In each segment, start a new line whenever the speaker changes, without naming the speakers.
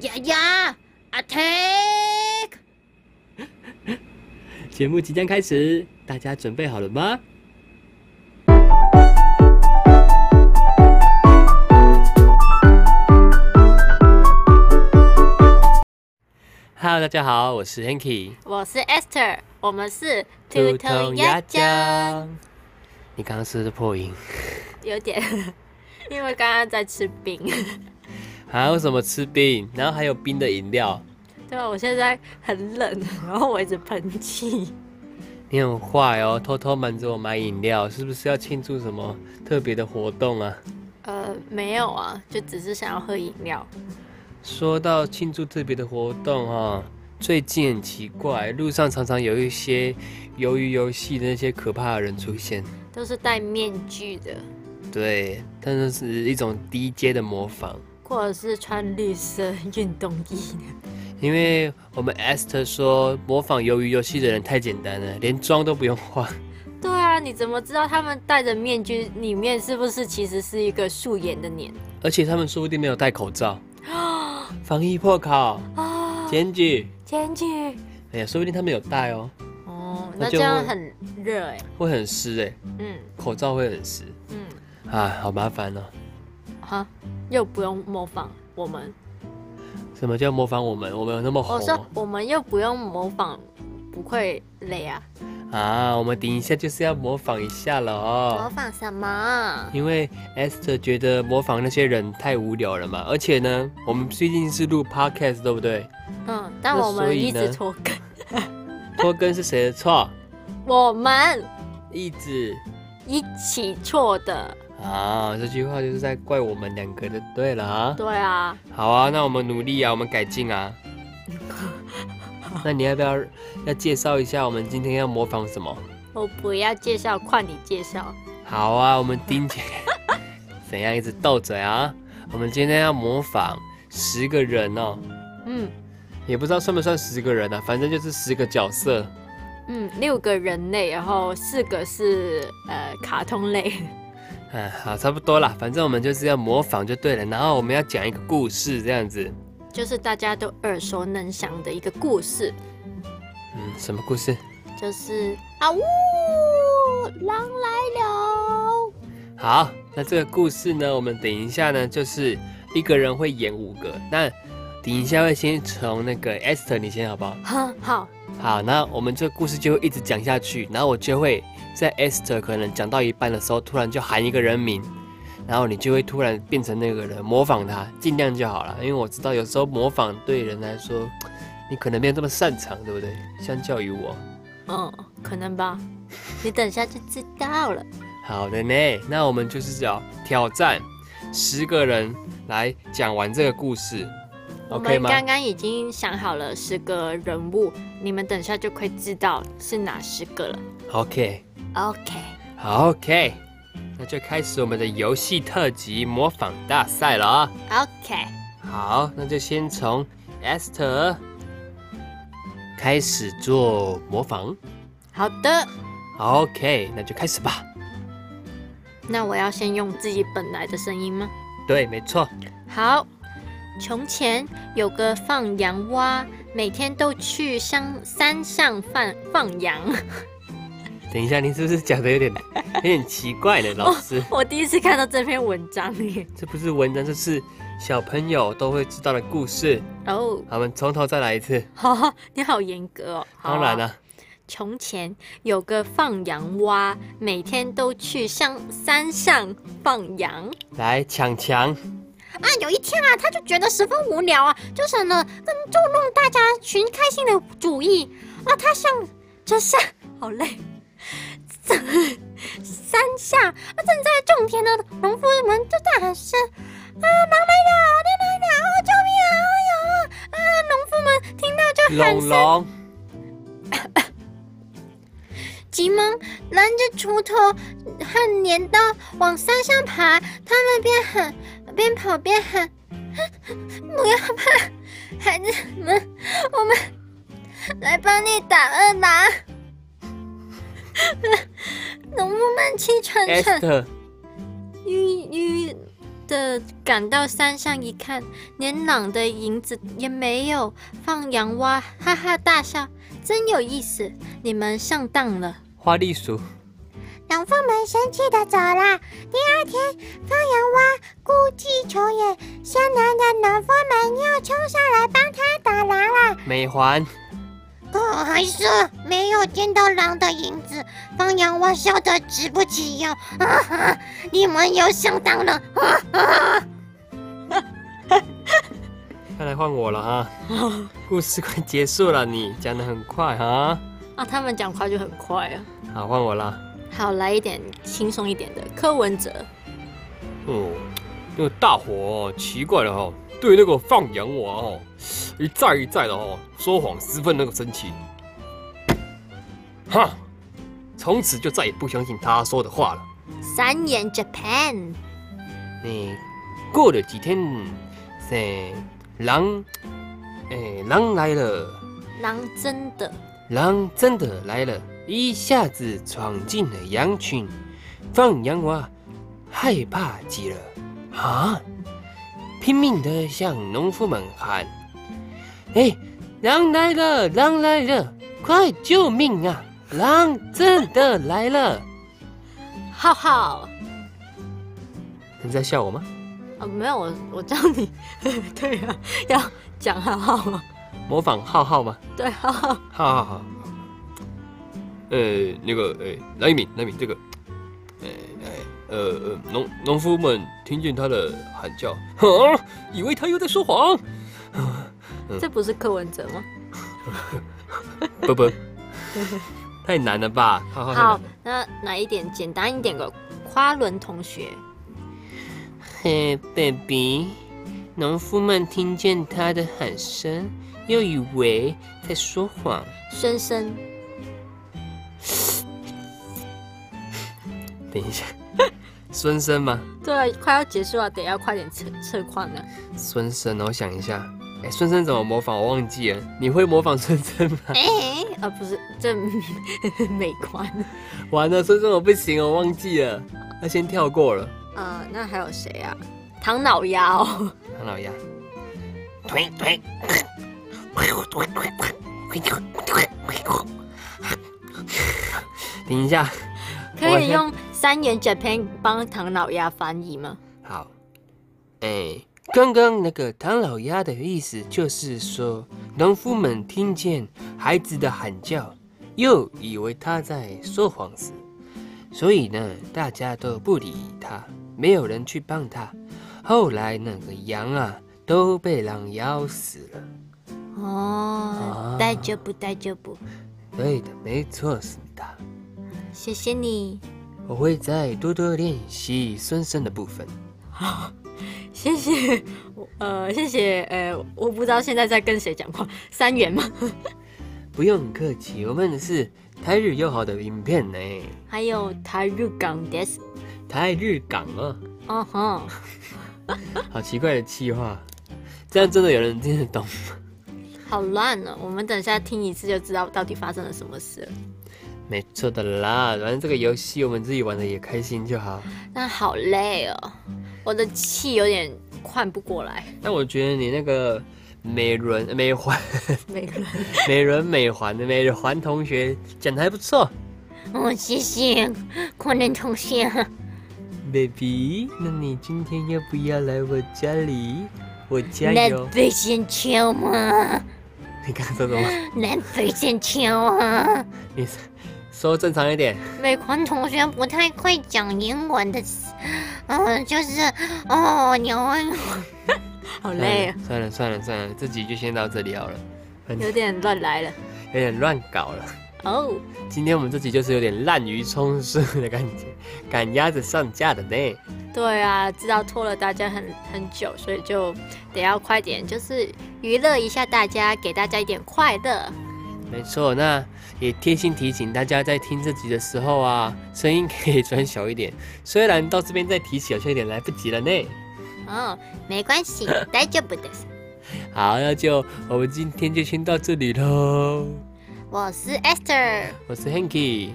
呀呀，attack！
节目即将开始，大家准备好了吗？Hello，大家好，我是 Hanky，
我是 Esther，我们是
酱。你刚刚是不是破音？
有点，因为刚刚在吃冰。
还有什么吃冰？然后还有冰的饮料？
对啊，我现在很冷，然后我一直喷气。
你很坏哦，偷偷瞒着我买饮料，是不是要庆祝什么特别的活动啊？
呃，没有啊，就只是想要喝饮料。
说到庆祝特别的活动哦，最近很奇怪，路上常常有一些鱿鱼游戏的那些可怕的人出现。
都是戴面具的，
对，但是是一种低阶的模仿，
或者是穿绿色运动衣的。
因为我们 Esther 说模仿鱿鱼游戏的人太简单了，连妆都不用化。
对啊，你怎么知道他们戴着面具里面是不是其实是一个素颜的脸
而且他们说不定没有戴口罩，
啊？
防疫破口、
啊，
检举，
天气
哎呀，说不定他们有戴哦，
哦，
那
那
就
这样很热哎、
会很湿哎、
嗯
口罩会很湿
嗯，
啊，好麻烦哦。
哈，又不用模仿我们，
什么叫模仿我们？我们有那么红
我
哦、
说我们又不用模仿，不会累啊？
啊，我们顶一下就是要模仿一下了
模
哦。
仿什 么？
因为 Esther 觉得模仿那些人太无聊了嘛，而且呢，我们最近是录 podcast 对不对？
嗯，但
那
我
所
们
以
一直
呢
拖更，
拖更是谁的错？
我们
一直
一起错的，
啊，这句话就是在怪我们两个的，对了啊。
对啊。
好啊，那我们努力啊，我们改进啊。那你要不要要介绍一下我们今天要模仿什么？
我不要介绍，换你介绍。
好啊，我们丁姐怎样一直斗嘴啊？我们今天要模仿十个人哦，
嗯
也不知道算不算十个人啊，反正就是十个角色。
嗯，六个人类，然后四个是呃卡通类。
嗯，好，差不多啦，反正我们就是要模仿就对了。然后我们要讲一个故事这样子。
就是大家都耳熟能详的一个故事，
嗯，什么故事？
就是啊呜，狼来了。
好，那这个故事呢，我们等一下呢，就是一个人会演五个。那等一下会先从那个 Esther 你先好不好？
哈，好，
好，那我们这个故事就会一直讲下去，然后我就会在 Esther 可能讲到一半的时候，突然就喊一个人名，然后你就会突然变成那个人，模仿他，尽量就好了，因为我知道有时候模仿对人来说，你可能没有这么擅长，对不对？相较于我，
嗯，可能吧，你等一下就知道 了。
好的呢，那我们就是要挑战十个人来讲完这个故事
我
，OK
们
吗？
刚刚已经想好了十个人物，你们等一下就会知道是哪十个了。
OK，
OK，
好 OK，那就开始我们的游戏特辑模仿大赛了啊！
OK，
好，那就先从 Esther 开始做模仿。
好的，
OK，那就开始吧。
那我要先用自己本来的声音吗？
对，没错。
好，从前有个放羊蛙，每天都去山山上放放羊。
等一下，你是不是讲的有点 有点奇怪呢？老师，
我第一次看到这篇文章耶。
这不是文章，这是小朋友都会知道的故事。
哦，
好我们从头再来一次。
好，你好严格哦。好
当然啊啦、
从前有个放羊蛙，每天都去山山上放羊。
来抢强，
啊，有一天啊，他就觉得十分无聊啊，就想呢，跟捉弄大家寻开心的主意啊。他像就像 好累，山下啊正在种田的农夫们就大喊声啊，狼来了，狼来了，啊救命啊！哎呦啊，农夫们听到就喊
龙
声。
龙，
急忙拿着锄头和镰刀往山上爬。他们边喊边跑边喊：“不要怕，孩子们，我们来帮你打二郎。” 农夫们气喘喘
Esther，
吁吁的赶到山上一看，连狼的影子也没有，放羊蛙哈哈大笑，真有意思，你们上当了。
花栗鼠，
养父们生气的走了。第二天，放羊蛙故技重演，山南的农夫们又冲上来帮他打狼了。
美环，
可还是没有见到狼的影子，放羊蛙笑得直不起腰。 啊哈！你们又上当了！
看来换我了啊！故事快结束了，你讲的很快啊！
啊，他们讲快就很快啊。
好，换我啦。
好，来一点轻松一点的，柯文哲。
哦，那个大伙哦，奇怪了哦，对那个放羊娃哦，一再一再的哦说谎，十分那个生气。哈，从此就再也不相信他说的话了。
三眼 Japan，
你过了几天，哎，狼，哎，狼来了，
狼真的
狼真的来了，一下子闯进了羊群，放羊娃害怕极了啊！拼命的向农夫们喊：“哎，狼来了，狼来了，快救命啊！狼真的来了！”
浩浩
你在笑我吗？
啊，没有我，我叫你， 对啊，要讲浩浩吗？
模仿浩浩吗？
对，浩浩
好好好。呃，那个，呃，来一米，来一米，这个，呃，呃，呃，农农夫们听见他的喊叫，啊，以为他又在说谎，
这不是柯文哲吗？
不不，太难了吧？好好
好，那来一点简单一点的，花轮同学。
嘿，baby，农夫们听见他的喊声，又以为在说谎。
深深，
等一下，孙生吗？
对，啊快要结束了，得要快点测测框了。
孙生，我想一下，哎，孙生怎么模仿？我忘记了，你会模仿孙生吗？
哎、啊，不是，这 美观。
完了，孙生我不行，我忘记了，那先跳过了。
啊、那还有谁啊？唐老鸭哦，
唐老鸭，
推推，
等一下，我
可
先
以用三眼 Japan 帮唐老鸭翻译吗？
好。哎，刚刚那个唐老鸭的意思就是说，农夫们听见孩子的喊叫，又以为他在说谎时，所以呢，大家都不理他，没有人去帮他。后来那个羊啊，都被狼咬死了。
哦
啊，
带就不带就不，
对的，没错，是的。
谢谢你，
我会再多多练习孙生的部分。
谢谢， 呃，谢谢，呃，我不知道现在在跟谁讲话， 三元吗？
不用客气，我们是台日友好的影片呢，
还有台日港 des，
台日港啊，
哦吼，
好奇怪的气话，这样真的有人听得懂吗？
好乱哦，我们等一下听一次就知道到底发生了什么事了。
没错的啦，反正这个游戏我们自己玩的也开心就好。
但好累哦，我的气有点换不过来，
但我觉得你那个美轮美环
每个人。
美轮美环的美环同学讲的还不错
哦，谢 谢昆仑同学。
，baby，那你今天要不要来我家里？我加
南
油！
北线桥吗？
你刚刚说什么？
南北线桥啊！
你说正常一点。
美坤同学不太会讲英文的，
呃
嗯，就是哦，你会
啊 好累
哎
啊，，
算了算了算了，这集就先到这里好了，反正
有点乱来了。
有点乱搞了。
哦，
今天我们这集就是有点滥竽充数的感觉，赶鸭子上架的呢。
对啊，知道拖了大家很很久，所以就得要快点，就是娱乐一下大家，给大家一点快乐。
没错，那也贴心提醒大家，在听这集的时候啊，声音可以转小一点。虽然到这边再提起，好像有点来不及了呢。
哦，没关系， 大丈夫です。
好，那就我们今天就先到这里喽。
我是 Esther，
我是 Hanky，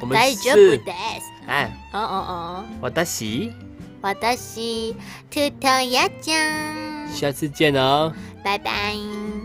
我们
大丈夫
是
です。
哎，
哦哦哦，
我的喜，
私我的是兔头鸭酱，
下次见哦。
拜拜。